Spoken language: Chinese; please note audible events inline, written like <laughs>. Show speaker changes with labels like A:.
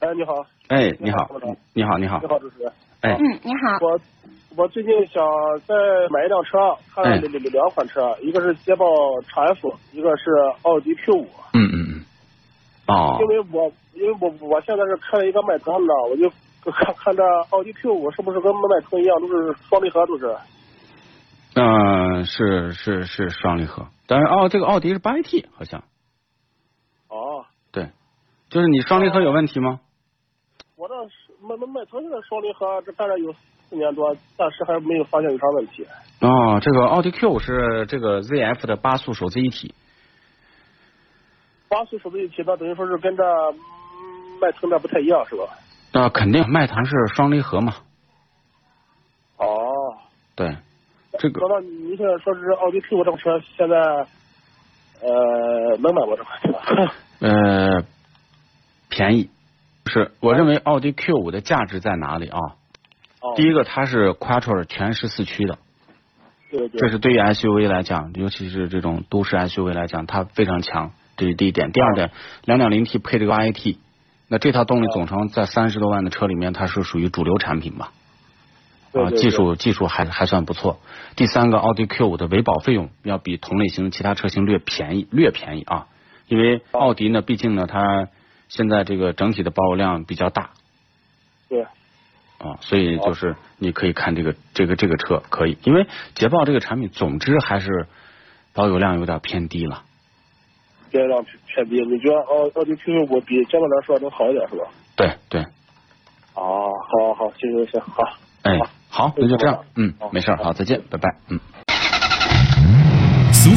A: 哎，你好，
B: 哎，你好
A: 你好，
B: 你好，你好
A: 你，好，主持人。
B: 哎，
C: 嗯，你好，
A: 我我最近想再买一辆车，啊看
B: 哎
A: 了两两款车，啊一个是捷豹叉 F，一个是奥迪 Q 五。
B: 嗯嗯嗯，哦
A: 因，为我因为我我现在是开了一个迈腾的，我就看看这奥迪 Q 五是不是跟迈腾一样，都是双离合，都是。
B: 嗯，是是是双离合，但是哦，这个奥迪是八 AT 好像，
A: 哦，
B: 对，就是你双离合有问题吗？
A: 我这是迈迈迈腾现在双离合，这开了有四年多，暂时还没有发现有啥问题。
B: 哦，这个奥迪 Q 是这个 ZF 的八速手自一体，
A: 八速手自一体，那等于说是跟这嗯迈腾这不太一样，是吧？
B: 那、肯定迈腾是双离合嘛，
A: 哦。
B: 对，这个
A: 说到你现在说是奥迪 Q 五这款车，现在呃能买我这款车？
B: <laughs> 呃，便宜，是我认为奥迪 Q 五的价值在哪里啊？
A: 哦
B: 第一个，它是 Quattro 全时四驱的，
A: 对对
B: 这是对于 SUV 来讲，尤其是这种都市 SUV 来讲，它非常强，这是第一点。第二点，两点零 T 配这个 IAT，那这套动力总成在三十多万的车里面，它是属于主流产品吧？
A: 对
B: 啊，
A: 对对
B: 技术技术还还算不错。第三个，奥迪 Q 五的维保费用要比同类型的其他车型略便宜，略便宜啊，因为奥迪呢，毕竟呢，它现在这个整体的保有量比较大
A: 对
B: 啊，所以就是你可以看这个这个这个车可以，因为捷豹这个产品，总之还是保有量有点偏低了。
A: 这辆偏低，你觉得奥奥迪 Q 五比这个来说能好一点是吧？
B: 对对，
A: 哦，好好行行行，好。
B: 哎，好，那就这样，嗯
A: 好，
B: 没事儿，好，再见，拜拜，嗯。
D: 俗